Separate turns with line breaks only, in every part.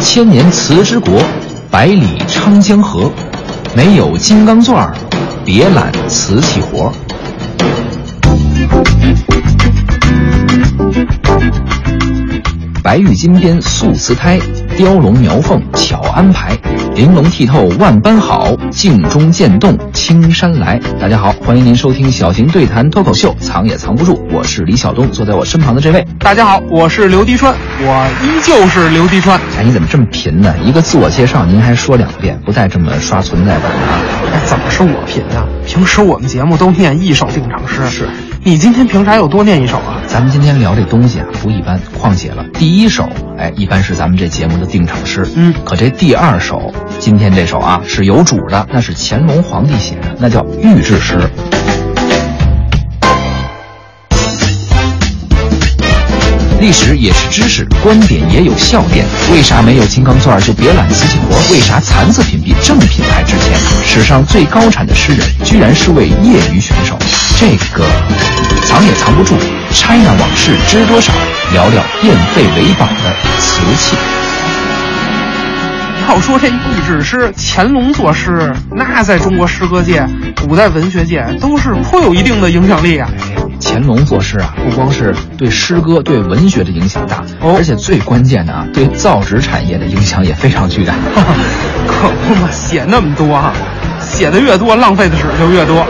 千年瓷之国，百里昌江河。没有金刚钻儿，别揽瓷器活儿。白玉金边素瓷胎，雕龙描凤巧安排，玲珑剔透万般好，镜中见动青山来。大家好，欢迎您收听小型对谈脱口秀，藏也藏不住，我是李晓东，坐在我身旁的这位，
大家好，我是刘迪川，我依旧是刘迪川。
哎，你怎么这么贫呢？一个自我介绍您还说两遍，不带这么刷存在感的
哎，怎么是我贫呀？平时我们节目都念一首定场诗，
是
你今天凭啥又多念一首啊？
咱们今天聊这东西啊，不一般。况且了，第一首，哎，一般是咱们这节目的定场诗。
嗯
可这第二首，今天这首啊是有主的，那是乾隆皇帝写的，那叫御制诗。历史也是知识，观点也有笑点。为啥没有金刚钻儿就别揽瓷器活？为啥残次品比正品还值钱？史上最高产的诗人，居然是位业余选手。这个藏也藏不住。China 往事知多少？聊聊燕费为宝的瓷器。
要说这御制诗，乾隆作诗，那在中国诗歌界、古代文学界都是颇有一定的影响力啊。
乾隆作诗啊，不光是对诗歌、对文学的影响大，
哦
而且最关键的啊，对造纸产业的影响也非常巨大。
可不嘛，写那么多哈、啊写的越多，浪费的纸就越多。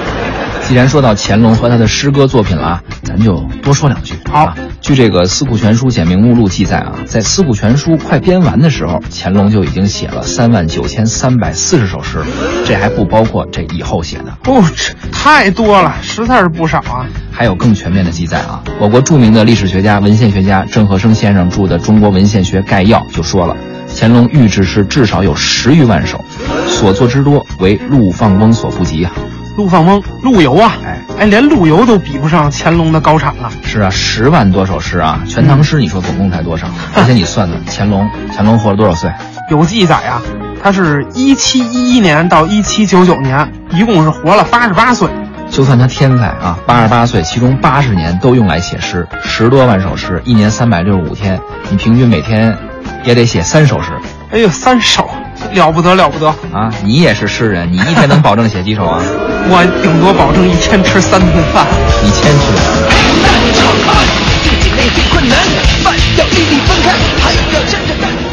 既然说到乾隆和他的诗歌作品了啊，咱就多说两句。
好
啊据这个《四库全书简明目录》记载啊，在《四库全书》快编完的时候，乾隆就已经写了三万九千三百四十首诗了，这还不包括这以后写的。
哦，这太多了，实在是不少啊。
还有更全面的记载啊。我国著名的历史学家、文献学家郑和生先生著的《中国文献学概要》就说了，乾隆御制诗至少有十余万首，所作之多为陆放翁所不及啊。
陆放翁、陆游啊，
哎
哎，连陆游都比不上乾隆的高产了。
是啊，十万多首诗啊，《全唐诗》你说总共才多少？而且你算算，乾隆，乾隆活了多少岁？
有记载啊，他是一七一一年到一七九九年，一共是活了八十八岁。
就算他天才啊，八十八岁，其中八十年都用来写诗，十多万首诗，一年三百六十五天，你平均每天也得写三首诗
哎呦，三首，了不得了不得！
啊。你也是诗人，你一天能保证写几首啊？
我顶多保证一天吃三顿饭。
你谦虚了。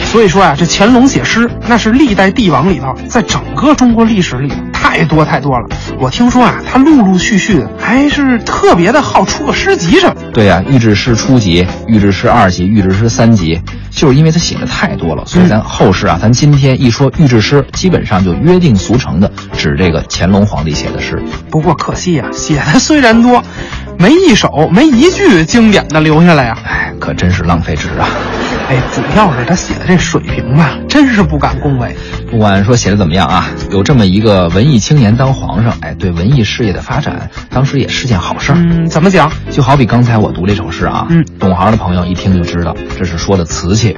所以说啊，这乾隆写诗，那是历代帝王里头，在整个中国历史里太多太多了。我听说啊，他陆陆续续的还是特别的好出个诗集什么的。
对呀、御制诗初级、御制诗二级、御制诗三级，就是因为他写的太多了，所以咱后世啊，咱今天一说御制诗，基本上就约定俗成的指这个乾隆皇帝写的诗。
不过可惜呀、写的虽然多，没一首没一句经典的留下来呀、
哎，可真是浪费纸啊！
哎，主要是他写的这水平吧，真是不敢恭维。
不管说写的怎么样啊，有这么一个文艺青年当皇上，哎，对文艺事业的发展，当时也是件好事儿。
嗯，怎么讲？
就好比刚才我读这首诗啊，
嗯
懂行的朋友一听就知道，这是说的瓷器。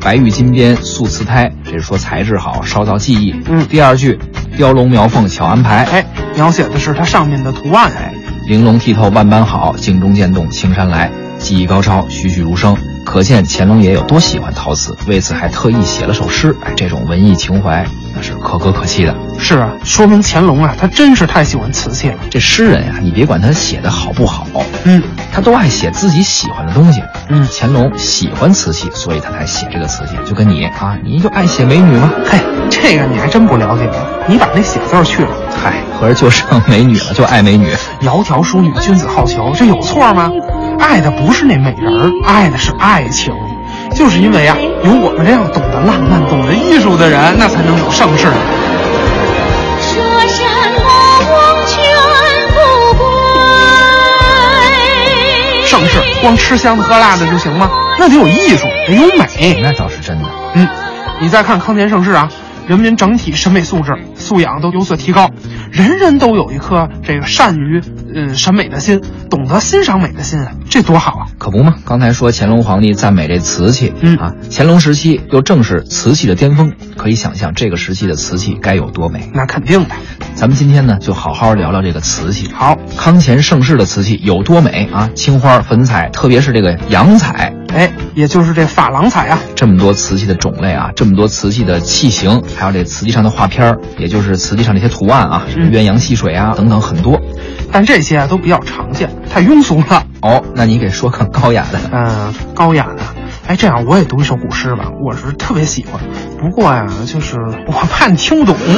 白玉金边素瓷胎，这是说材质好，烧造技艺。
嗯
第二句，雕龙描凤巧安排，
哎，描写的是它上面的图案。哎，
玲珑剔透万般好，镜中见动青山来，技艺高超，栩栩如生。可见乾隆爷有多喜欢陶瓷，为此还特意写了首诗。哎，这种文艺情怀那是可歌可泣的。
是啊，说明乾隆啊，他真是太喜欢瓷器了。
这诗人呀、你别管他写的好不好，
嗯，
他都爱写自己喜欢的东西。
嗯
乾隆喜欢瓷器，所以他才写这个瓷器。就跟你啊，你就爱写美女吗？
嘿，这个你还真不了解我，你把那写字儿去了。
嗨，合着就剩美女了，就爱美女。
窈窕淑女，君子好逑，这有错吗？爱的不是那美人儿，爱的是爱情。就是因为啊，有我们这样懂得浪漫、懂得艺术的人，那才能有盛世。
舍身我望全不归。
盛世，光吃香的喝辣的就行吗？那得有艺术，得有美。
那倒是真的。
嗯，你再看康乾盛世啊，人民整体审美素质、素养都有所提高，人人都有一颗这个善于嗯审美的心，懂得欣赏美的心啊，这多好啊！
可不嘛，刚才说乾隆皇帝赞美这瓷器，
嗯
啊，乾隆时期又正是瓷器的巅峰，可以想象这个时期的瓷器该有多美。
那肯定的。
咱们今天呢，就好好聊聊这个瓷器。
好，
康乾盛世的瓷器有多美啊？青花、粉彩，特别是这个洋彩，
哎，也就是这珐琅彩啊，
这么多瓷器的种类啊，这么多瓷器的器型，还有这瓷器上的画片儿，也就是瓷器上这些图案啊，
嗯
什么鸳鸯戏水啊等等很多。
但这些啊都比较常见，太庸俗了。
哦，那你给说看高雅 的。
嗯，高雅的。哎，这样我也读一首古诗吧，我是特别喜欢。不过呀、就是我怕你听不懂，因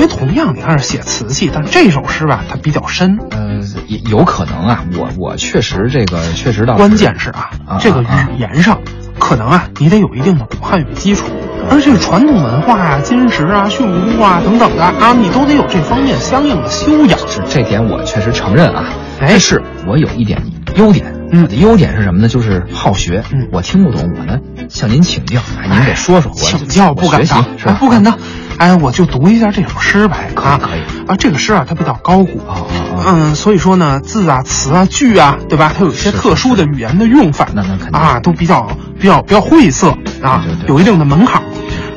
为同样你看是写瓷器，但这首诗吧，它比较深。
呃，也有可能啊，我我确实这个确实倒是
关键是啊，
啊
这个
啊啊
语言上，可能啊，你得有一定的古汉语基础，而且传统文化啊、金石啊、训诂啊等等的啊，你都得有这方面相应的修养。
是这点我确实承认啊，
哎
但是我有一点优点，
嗯
我的优点是什么呢？就是好学，
嗯
我听不懂，我呢向您请教，哎，您给说说，我
请教不敢当
我学习，是
哎
吧？哎
不敢当。哎，我就读一下这首诗吧，
可以
啊
可以
啊，这个诗啊，它比较高古
哦哦哦
嗯，所以说呢，字啊、词啊、句啊，对吧？它有一些
是
特殊的语言的用法，
那那肯定
啊，都比较比较比较晦涩啊
对对，对
有一定的门槛。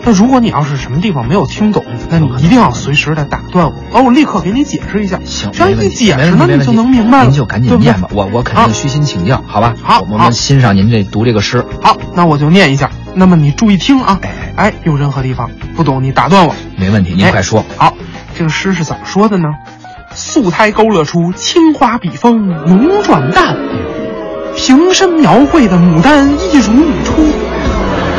那如果你要是什么地方没有听懂，那你一定要随时的打断我，哦，我立刻给你解释一下。
行，
这样
没问
一
题
解
没
释
问
呢，
题没
你
问
就
题，
能明白了。
您就赶
对
紧
不对
念吧，我我肯定
啊
虚心请教，好吧？
好
我
好
们欣赏您这读这个诗，
好，那我就念一下。那么你注意听啊
哎哎，
哎，有任何地方不懂你打断我。
没问题，您
哎
快说，
好，这个诗是怎么说的呢？素胎勾勒出青花笔锋浓转淡，瓶身描绘的牡丹一如如初，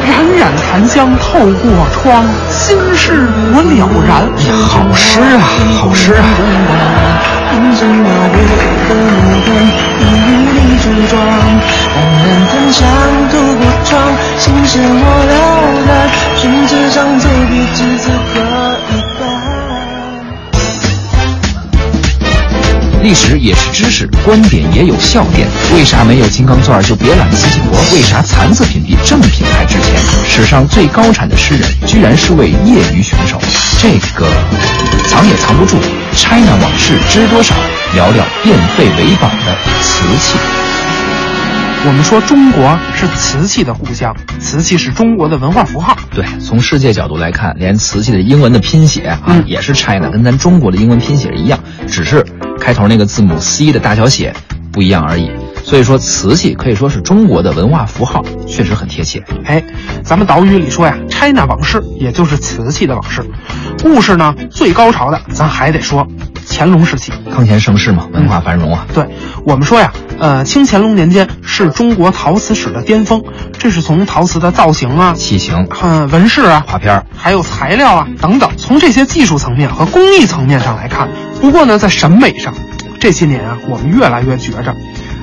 冉冉檀香透过窗，心事我了然。
哎好诗啊，好诗啊。历史也是知识，观点也有笑点。为啥没有金刚钻儿就别揽瓷器活？为啥残次品比正品还值钱？史上最高产的诗人，居然是位业余选手，这个藏也藏不住。China 往事知多少？聊聊变废为宝的瓷器。
我们说中国是瓷器的故乡，瓷器是中国的文化符号。
对，从世界角度来看，连瓷器的英文的拼写啊，
嗯
也是 China，跟咱中国的英文拼写一样，只是开头那个字母 C 的大小写不一样而已。所以说，瓷器可以说是中国的文化符号，确实很贴切。
哎，咱们岛屿里说呀，China 往事，也就是瓷器的往事。故事呢，最高潮的，咱还得说乾隆时期。
康乾盛世嘛，文化繁荣啊，
对我们说呀，呃，清乾隆年间是中国陶瓷史的巅峰，这是从陶瓷的造型啊、
器型、
呃、纹饰啊、
画片儿，
还有材料啊等等，从这些技术层面和工艺层面上来看。不过呢，在审美上，这些年啊，我们越来越觉着，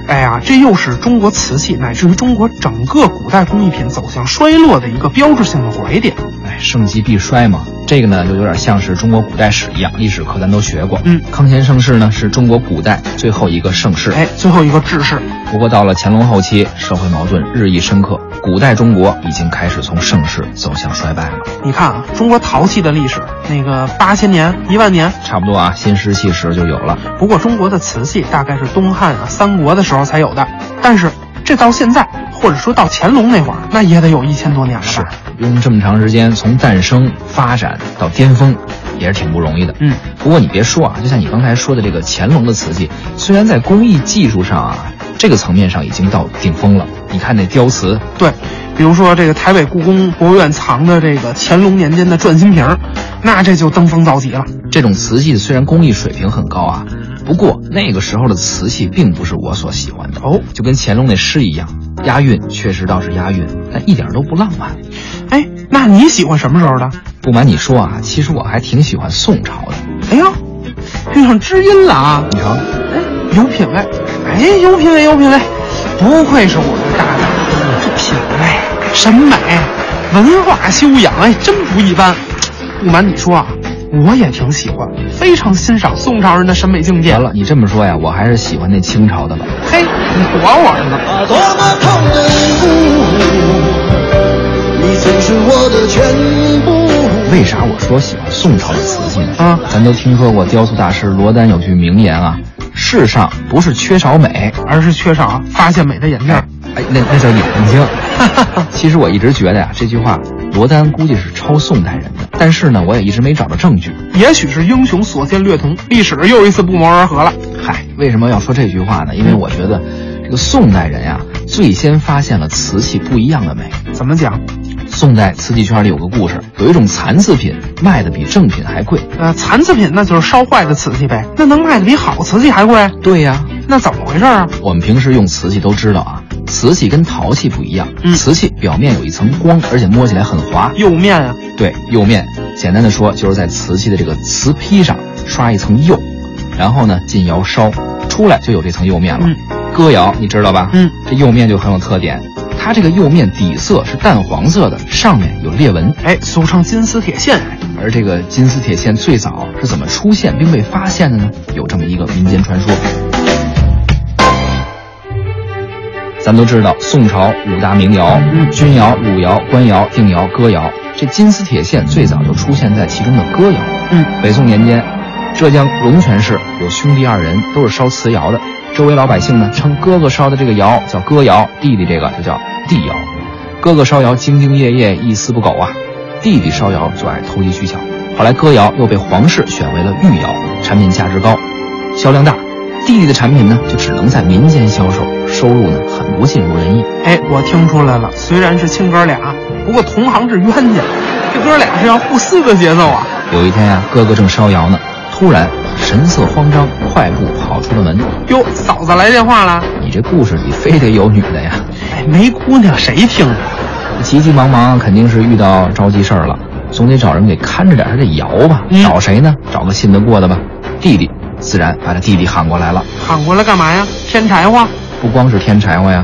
哎呀，这又是中国瓷器乃至于中国整个古代工艺品走向衰落的一个标志性的拐点。
哎，盛极必衰嘛。这个呢，就有点像是中国古代史一样，历史课咱都学过。
嗯
康乾盛世呢，是中国古代最后一个盛世。
哎，最后一个制式，
不过到了乾隆后期，社会矛盾日益深刻，古代中国已经开始从盛世走向衰败了。
你看啊，中国陶器的历史，那个八千年、一万年，
差不多啊，新石器时就有了。
不过中国的瓷器大概是东汉啊、三国的时候才有的，但是这到现在，或者说到乾隆那会儿，那也得有一千多年了吧？
是，啊用这么长时间从诞生、发展到巅峰，也是挺不容易的。
嗯，
不过你别说啊，就像你刚才说的这个乾隆的瓷器，虽然在工艺技术上啊，这个层面上已经到顶峰了。你看那雕瓷，
对，比如说这个台北故宫博物院藏的这个乾隆年间的转心瓶儿，那这就登峰造极了。
这种瓷器虽然工艺水平很高啊，不过那个时候的瓷器并不是我所喜欢的
哦
就跟乾隆那诗一样，押韵确实倒是押韵，但一点都不浪漫。
哎，那你喜欢什么时候的？
不瞒你说啊，其实我还挺喜欢宋朝的。
哎呦，遇上知音了啊！
你瞧，
哎，有品位，哎，有品位，有品位，不愧是我的大大，这品位、审美、文化修养，哎，真不一般。不瞒你说啊，我也挺喜欢，非常欣赏宋朝人的审美境界
完。了，你这么说呀，我还是喜欢那清朝的吧。
嘿，你躲我是怎么？
啊，多么痛的一幕，你曾是我的全部。
为啥我说喜欢宋朝的瓷器呢？
哦啊
咱都听说过雕塑大师罗丹有句名言啊：“世上不是缺少美，
而是缺少啊发现美的眼镜儿。
哎，那那叫眼睛。其实我一直觉得呀、这句话罗丹估计是抄宋代人的，但是呢，我也一直没找到证据。
也许是英雄所见略同，历史又一次不谋而合了。
嗨，为什么要说这句话呢？因为我觉得这个宋代人呀、最先发现了瓷器不一样的美。
怎么讲？
宋代瓷器圈里有个故事，有一种残次品卖的比正品还贵。
呃，残次品那就是烧坏的瓷器呗，那能卖的比好瓷器还贵？
对呀、
那怎么回事啊？
我们平时用瓷器都知道啊，瓷器跟陶器不一样，
嗯
瓷器表面有一层光，而且摸起来很滑。
釉面啊，
对，釉面，简单的说就是在瓷器的这个瓷坯上刷一层釉，然后呢进窑烧，出来就有这层釉面了。
嗯
哥窑你知道吧？
嗯，
这釉面就很有特点，它这个釉面底色是淡黄色的，上面有裂纹。
哎，俗称金丝铁线，
而这个金丝铁线最早是怎么出现并被发现的呢？有这么一个民间传说。咱们都知道，宋朝五大名窑：钧窑、汝窑、官窑、定窑、哥窑。这金丝铁线最早就出现在其中的哥窑。
嗯，
北宋年间，浙江龙泉市有兄弟二人都是烧瓷窑的，周围老百姓呢称哥哥烧的这个窑叫哥窑，弟弟这个就叫弟窑。哥哥烧窑兢兢业业，一丝不苟啊，弟弟烧窑就爱投机取巧。后来哥窑又被皇室选为了御窑，产品价值高，销量大。弟弟的产品呢，就只能在民间销售，收入呢很不尽如人意。
哎，我听出来了，虽然是亲哥俩，不过同行是冤家，这哥俩是要互撕的节奏啊！
有一天呀、哥哥正烧窑呢，突然神色慌张，快步跑出了门。
哟，嫂子来电话了，
你这故事里非得有女的呀？
哎，没姑娘谁听啊？
急急忙忙肯定是遇到着急事儿了，总得找人给看着点他这窑吧。
嗯
找谁呢？找个信得过的吧。弟弟自然把他弟弟喊过来了。
喊过来干嘛呀？添柴火？
不光是添柴火呀，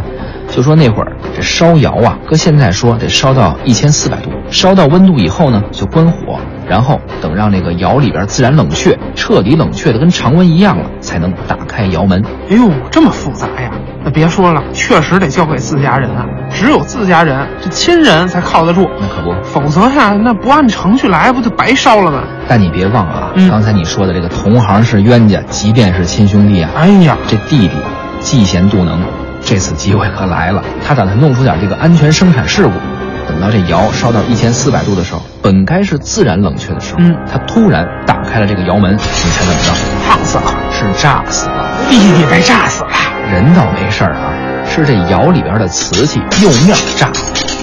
就说那会儿这烧窑啊，搁现在说得烧到一千四百度，烧到温度以后呢，就关火，然后等让那个窑里边自然冷却，彻底冷却的跟常温一样了，才能打开窑门。
哎呦，这么复杂呀？那别说了，确实得交给自家人啊，只有自家人，这亲人才靠得住，
那可不，
否则呀，那不按程序来，不就白烧了吗？
但你别忘了啊，
嗯
刚才你说的这个同行是冤家，即便是亲兄弟啊，
哎呀，
这弟弟嫉贤妒能，这次机会可来了，他打算弄出点这个安全生产事故。等到这窑烧到一千四百度的时候，本该是自然冷却的时候，
嗯
他突然打开了这个窑门，你猜怎么着？啊
烫死了，
是炸死了。
弟弟被炸死了。
人倒没事儿啊，是这窑里边的瓷器釉面炸了，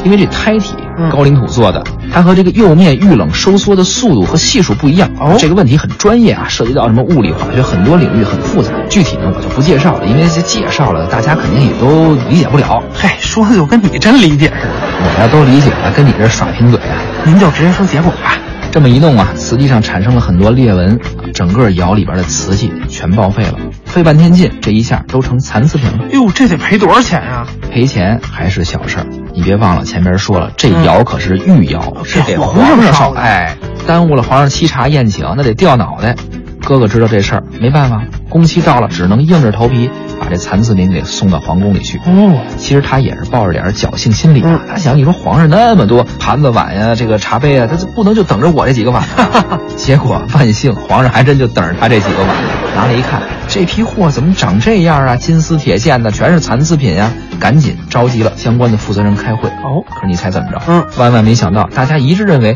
因为这胎体
嗯
高岭土做的，它和这个釉面遇冷收缩的速度和系数不一样。
哦
这个问题很专业啊，涉及到什么物理、化学很多领域，很复杂。具体呢我就不介绍了，因为这介绍了大家肯定也都理解不了。
嘿，说的就跟你真理解似的，
我要都理解了，跟你这耍贫嘴啊。
您就直接说结果吧。
这么一弄啊，瓷器上产生了很多裂纹，整个窑里边的瓷器全报废了，费半天劲，这一下都成残次品了。
哎呦，这得赔多少钱啊？
赔钱还是小事儿，你别忘了前边说了，这窑可是御窑，是给
给
皇
皇
上
上
烧
烧
的，
的
哎，耽误了皇上沏茶宴请，那得掉脑袋。哥哥知道这事儿，没办法，工期到了，只能硬着头皮把这残次品给送到皇宫里去。
哦，
其实他也是抱着点儿侥幸心理啊
嗯，
他想，你说皇上那么多盘子碗呀、这个茶杯啊，他就不能就等着我这几个碗啊。 结果万幸，皇上还真就等着他这几个碗了。拿来一看，这批货怎么长这样啊？金丝铁线的，全是残次品呀、赶紧召集了相关的负责人开会。
哦
可是你猜怎么着？
嗯，
万万没想到，大家一致认为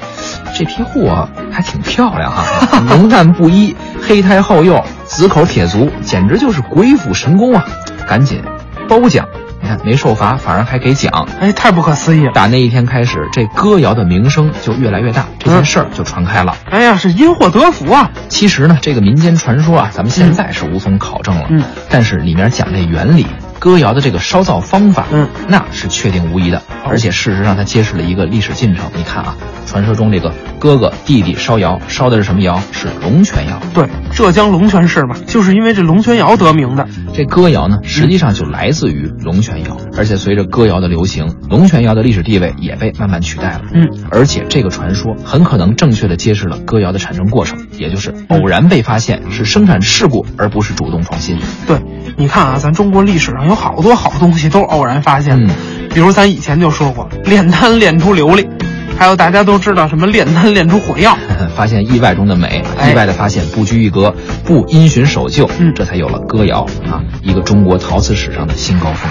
这批货还挺漂亮哈、浓淡不一，黑胎厚釉，紫口铁足，简直就是鬼斧神工啊！赶紧褒奖，你看没受罚，反而还给奖。
哎，太不可思议了。
打那一天开始，这歌谣的名声就越来越大，这
嗯
件事儿就传开了。
哎呀，是因祸得福啊！
其实呢，这个民间传说啊，咱们现在是无从考证了。
嗯，
但是里面讲这原理，歌谣的这个烧造方法，
嗯
那是确定无疑的。而且事实上，它揭示了一个历史进程。你看啊，传说中这个哥哥弟弟烧窑烧的是什么窑？是龙泉窑。
对，浙江龙泉市嘛，就是因为这龙泉窑得名的。
这歌谣呢，实际上就来自于龙泉窑，而且随着歌谣的流行，龙泉窑的历史地位也被慢慢取代了。
嗯，
而且这个传说很可能正确的揭示了歌谣的产生过程，也就是偶然被发现是生产事故，而不是主动创新。
对，你看啊，咱中国历史上有好多好东西都是偶然发现的，比如咱以前就说过，炼丹炼出琉璃，还有大家都知道什么炼丹炼出火药。
发现意外中的美，
哎
意外的发现不拘一格，不因循守旧，
嗯
这才有了歌谣啊，一个中国陶瓷史上的新高峰。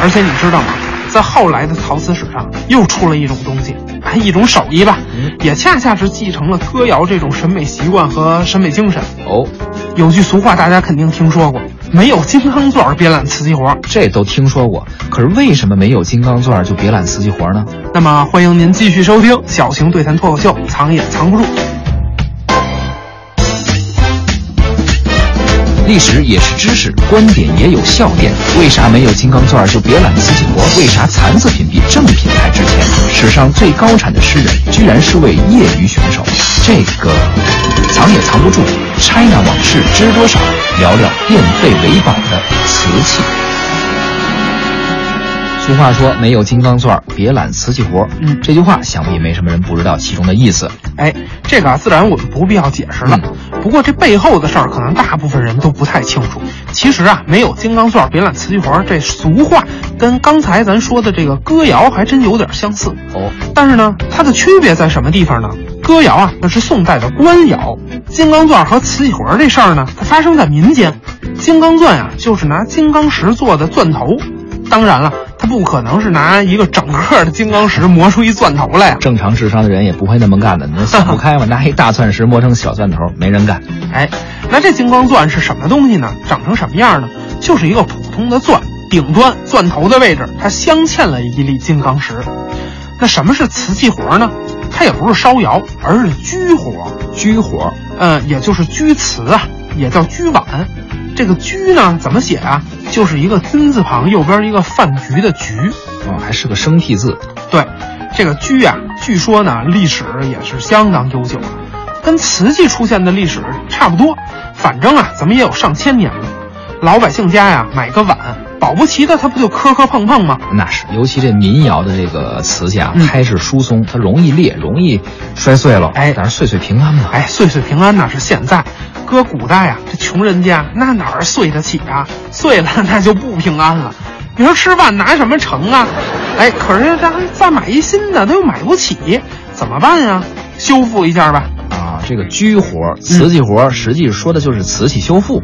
而且你知道吗？在后来的陶瓷史上，又出了一种东西，哎，一种手艺吧，也恰恰是继承了歌谣这种审美习惯和审美精神。
哦，
有句俗话，大家肯定听说过：“没有金刚钻儿别揽瓷器活儿。
这都听说过，可是为什么没有金刚钻就别揽瓷器活呢？”
那么，欢迎您继续收听小型对谈脱口秀《藏也藏不住》。
历史也是知识，观点也有笑点。为啥没有金刚钻就别揽瓷器活？为啥残次品比正品还值钱？史上最高产的诗人，居然是位业余选手，这个藏也藏不住。China 往事知多少？聊聊变废为宝的瓷器。俗话说，没有金刚钻别揽瓷器活。
嗯
这句话想必没什么人不知道其中的意思。
哎，这个啊，自然我们不必要解释了。不过这背后的事儿，可能大部分人都不太清楚。其实啊，没有金刚钻，别揽瓷器活儿这俗话，跟刚才咱说的这个歌谣还真有点相似。
哦，
但是呢，它的区别在什么地方呢？歌谣啊，那是宋代的官窑；金刚钻和瓷器活儿这事儿呢，它发生在民间。金刚钻啊，就是拿金刚石做的钻头。当然了，它不可能是拿一个整个的金刚石磨出一钻头来啊呀、
正常智商的人也不会那么干的。你想不开嘛，拿一大钻石磨成小钻头，没人干。
哎，那这金光钻是什么东西呢？长成什么样呢？就是一个普通的钻，顶端钻头的位置，它镶嵌了一粒金刚石。那什么是瓷器活呢？它也不是烧窑，而是居火。
居火，
嗯，也就是居瓷啊，也叫居碗。这个居呢，怎么写啊？就是一个军字旁，右边一个饭局的局。
哦，还是个生僻字。
对，这个居啊，据说呢历史也是相当悠久了，跟瓷器出现的历史差不多。反正啊，咱们也有上千年了。老百姓家呀，买个碗，保不齐的它不就磕磕碰碰吗？
那是，尤其这民窑的这个瓷器啊，
嗯
开始疏松，它容易裂，容易摔碎了。
哎
但是岁岁平安嘛。，
哎，岁岁平安那是现在，搁古代啊，这穷人家那哪儿碎得起啊？碎了那就不平安了。你说吃饭拿什么盛啊？哎，可是他再买一新的，他又买不起，怎么办呀？修复一下吧。
啊，这个居火、瓷器活，实际说的就是瓷器修复。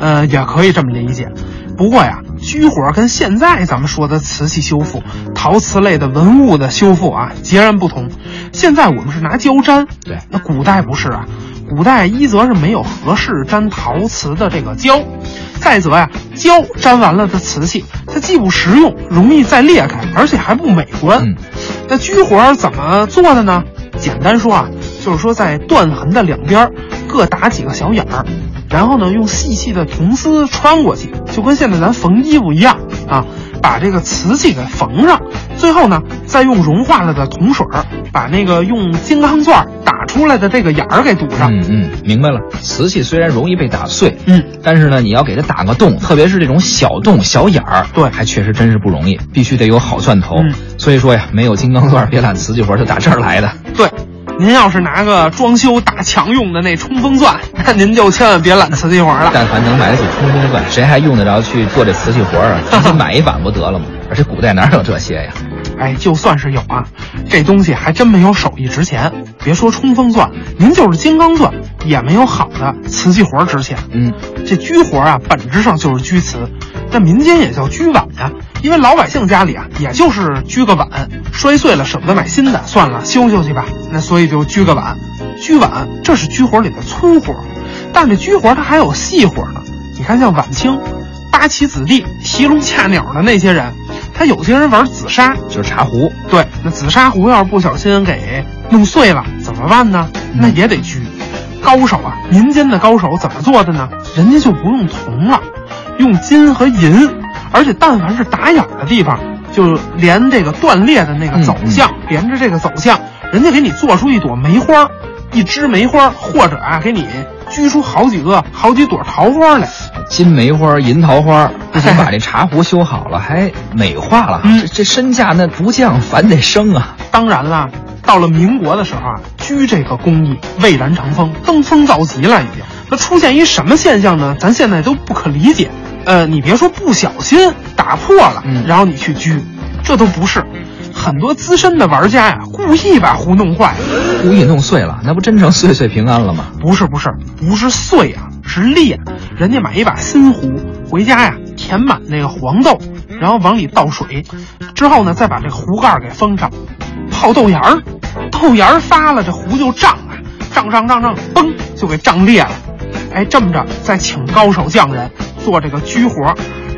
呃，也可以这么理解。不过呀，居火跟现在咱们说的瓷器修复、陶瓷类的文物的修复啊，截然不同。现在我们是拿胶粘，
对
那古代不是啊。古代一则是没有合适粘陶瓷的这个胶，再则呀，胶粘完了的瓷器，它既不实用，容易再裂开，而且还不美观。
嗯
那居活儿怎么做的呢？简单说啊，就是说在断痕的两边儿各打几个小眼儿，然后呢用细细的铜丝穿过去，就跟现在咱缝衣服一样啊，把这个瓷器给缝上。最后呢，再用融化了的铜水儿把那个用金刚钻儿打出来的这个眼儿给堵上。
嗯嗯，明白了。瓷器虽然容易被打碎，
嗯，
但是呢，你要给它打个洞，特别是这种小洞、小眼儿，
对
还确实真是不容易，必须得有好钻头。
嗯
所以说呀，没有金刚钻，别揽瓷器活，就打这儿来的。
对，您要是拿个装修大墙用的那冲锋钻， 那您就千万别揽瓷器活儿了。
但凡能买得起冲锋钻，谁还用得着去做这瓷器活儿啊？自己买一碗不得了吗？而且古代哪有这些呀？
哎，就算是有啊，这东西还真没有手艺值钱。别说冲锋钻，您就是金刚钻，也没有好的瓷器活儿值钱。
嗯，
这居活啊，本质上就是居瓷，但民间也叫居碗啊，因为老百姓家里啊，也就是居个碗，摔碎了舍不得买新的，算了，修修去吧，那所以就居个碗。居碗这是居活里的粗活，但这居活它还有细活呢。你看，像晚清、八旗子弟、提笼架鸟的那些人，他有些人玩紫砂，
就是茶壶。
对，那紫砂壶要是不小心给弄碎了，怎么办呢？那也得锯。高手啊，民间的高手怎么做的呢？人家就不用铜了，用金和银，而且但凡是打眼儿的地方，就连这个断裂的那个走向，连着这个走向，人家给你做出一朵梅花儿，一枝梅花儿，或者啊，给你掬出好几个、好几朵桃花来。
金梅花、银桃花，不仅把这茶壶修好了，还美化了。
嗯
这这身价那不降反得升啊！
当然啦，到了民国的时候啊，居这个工艺蔚然成风，登峰造极了已经。那出现一什么现象呢？咱现在都不可理解。呃，你别说不小心打破了，
嗯
然后你去居，这都不是。很多资深的玩家呀、故意把壶弄坏。
故意弄碎了，那不真成岁岁平安了吗？
不是不是，不是碎啊，是裂。人家买一把新壶回家呀，填满那个黄豆，然后往里倒水，之后呢，再把这壶盖给封上，泡豆芽儿，豆芽儿发了，这壶就胀啊，胀胀胀胀，嘣就给胀裂了。哎，这么着，再请高手匠人做这个居活，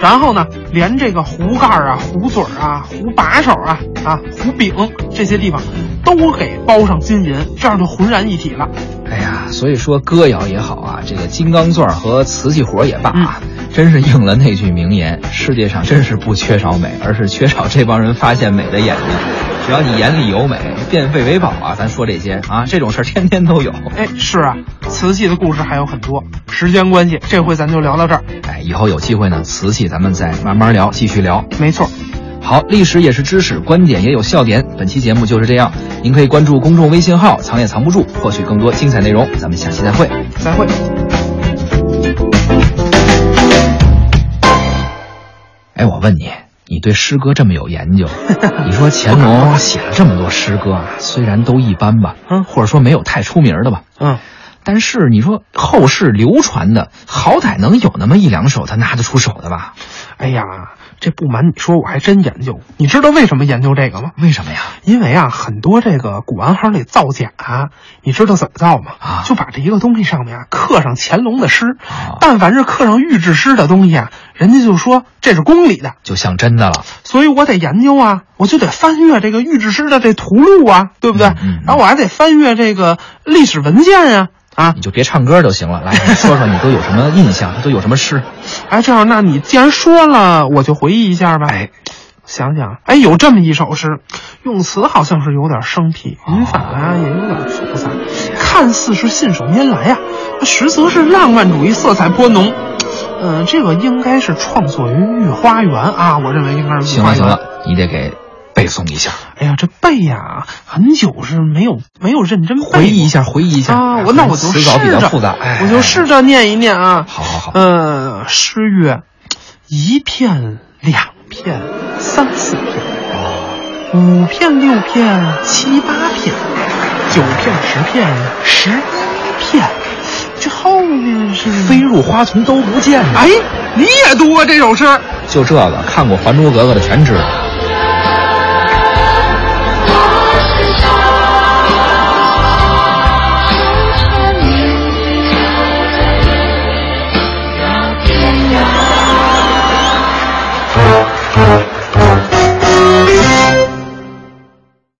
然后呢，连这个壶盖儿啊、壶嘴儿啊、壶把手啊、啊壶柄这些地方，都给包上金银，这样就浑然一体了。
哎呀，所以说歌谣也好啊，这个金刚钻和瓷器活也罢啊，真是应了那句名言：世界上真是不缺少美，而是缺少这帮人发现美的眼力。只要你眼里有美，变废为宝啊！咱说这些啊，这种事儿天天都有。
哎，是啊，瓷器的故事还有很多，时间关系，这回咱就聊到这儿。
哎，以后有机会呢，瓷器咱们再慢慢聊，继续聊。
没错，
好，历史也是知识，观点也有笑点。本期节目就是这样，您可以关注公众微信号“藏也藏不住”，获取更多精彩内容。咱们下期再会。
再会。
哎，我问你，你对诗歌这么有研究，你说乾隆写了这么多诗歌，虽然都一般吧，
嗯
或者说没有太出名的吧，
嗯，
但是你说后世流传的，好歹能有那么一两首他拿得出手的吧？
哎呀，这不瞒你说，我还真研究。你知道为什么研究这个吗？
为什么呀？
因为啊，很多这个古玩行里造假，你知道怎么造吗？
啊
就把这一个东西上面啊刻上乾隆的诗，
啊
但凡是刻上御制诗的东西啊，人家就说这是宫里的，
就像真的了，
所以我得研究啊，我就得翻阅这个御制诗的这图录啊，对不对？
嗯嗯嗯
然后我还得翻阅这个历史文献呀、啊，
你就别唱歌就行了。来，你说说你都有什么印象，都有什么诗？
哎，这样，那你既然说了，我就回忆一下吧。
哎，
想想，哎，有这么一首诗，用词好像是有点生僻，语法啊也有点复杂，看似是信手拈来啊，实则是浪漫主义色彩颇浓。嗯、这个应该是创作于御花园啊，我认为应该是御
行
花
了
园。
行了，你得给背诵一下，
哎呀，这背呀、很久是没有没有认真背过
回忆一下，回忆一下。
啊。我那我就
词
试
稿
着，
比较复杂，哎，
我就试着念一念啊。
好好好
嗯，诗曰：一片、两片、三四片，五片、六片、七八片，九片、十片、十一片。这后面是
飞入花丛都不见了。
哎，你也读过这首诗？
就这个，看过《还珠格格》的全知道。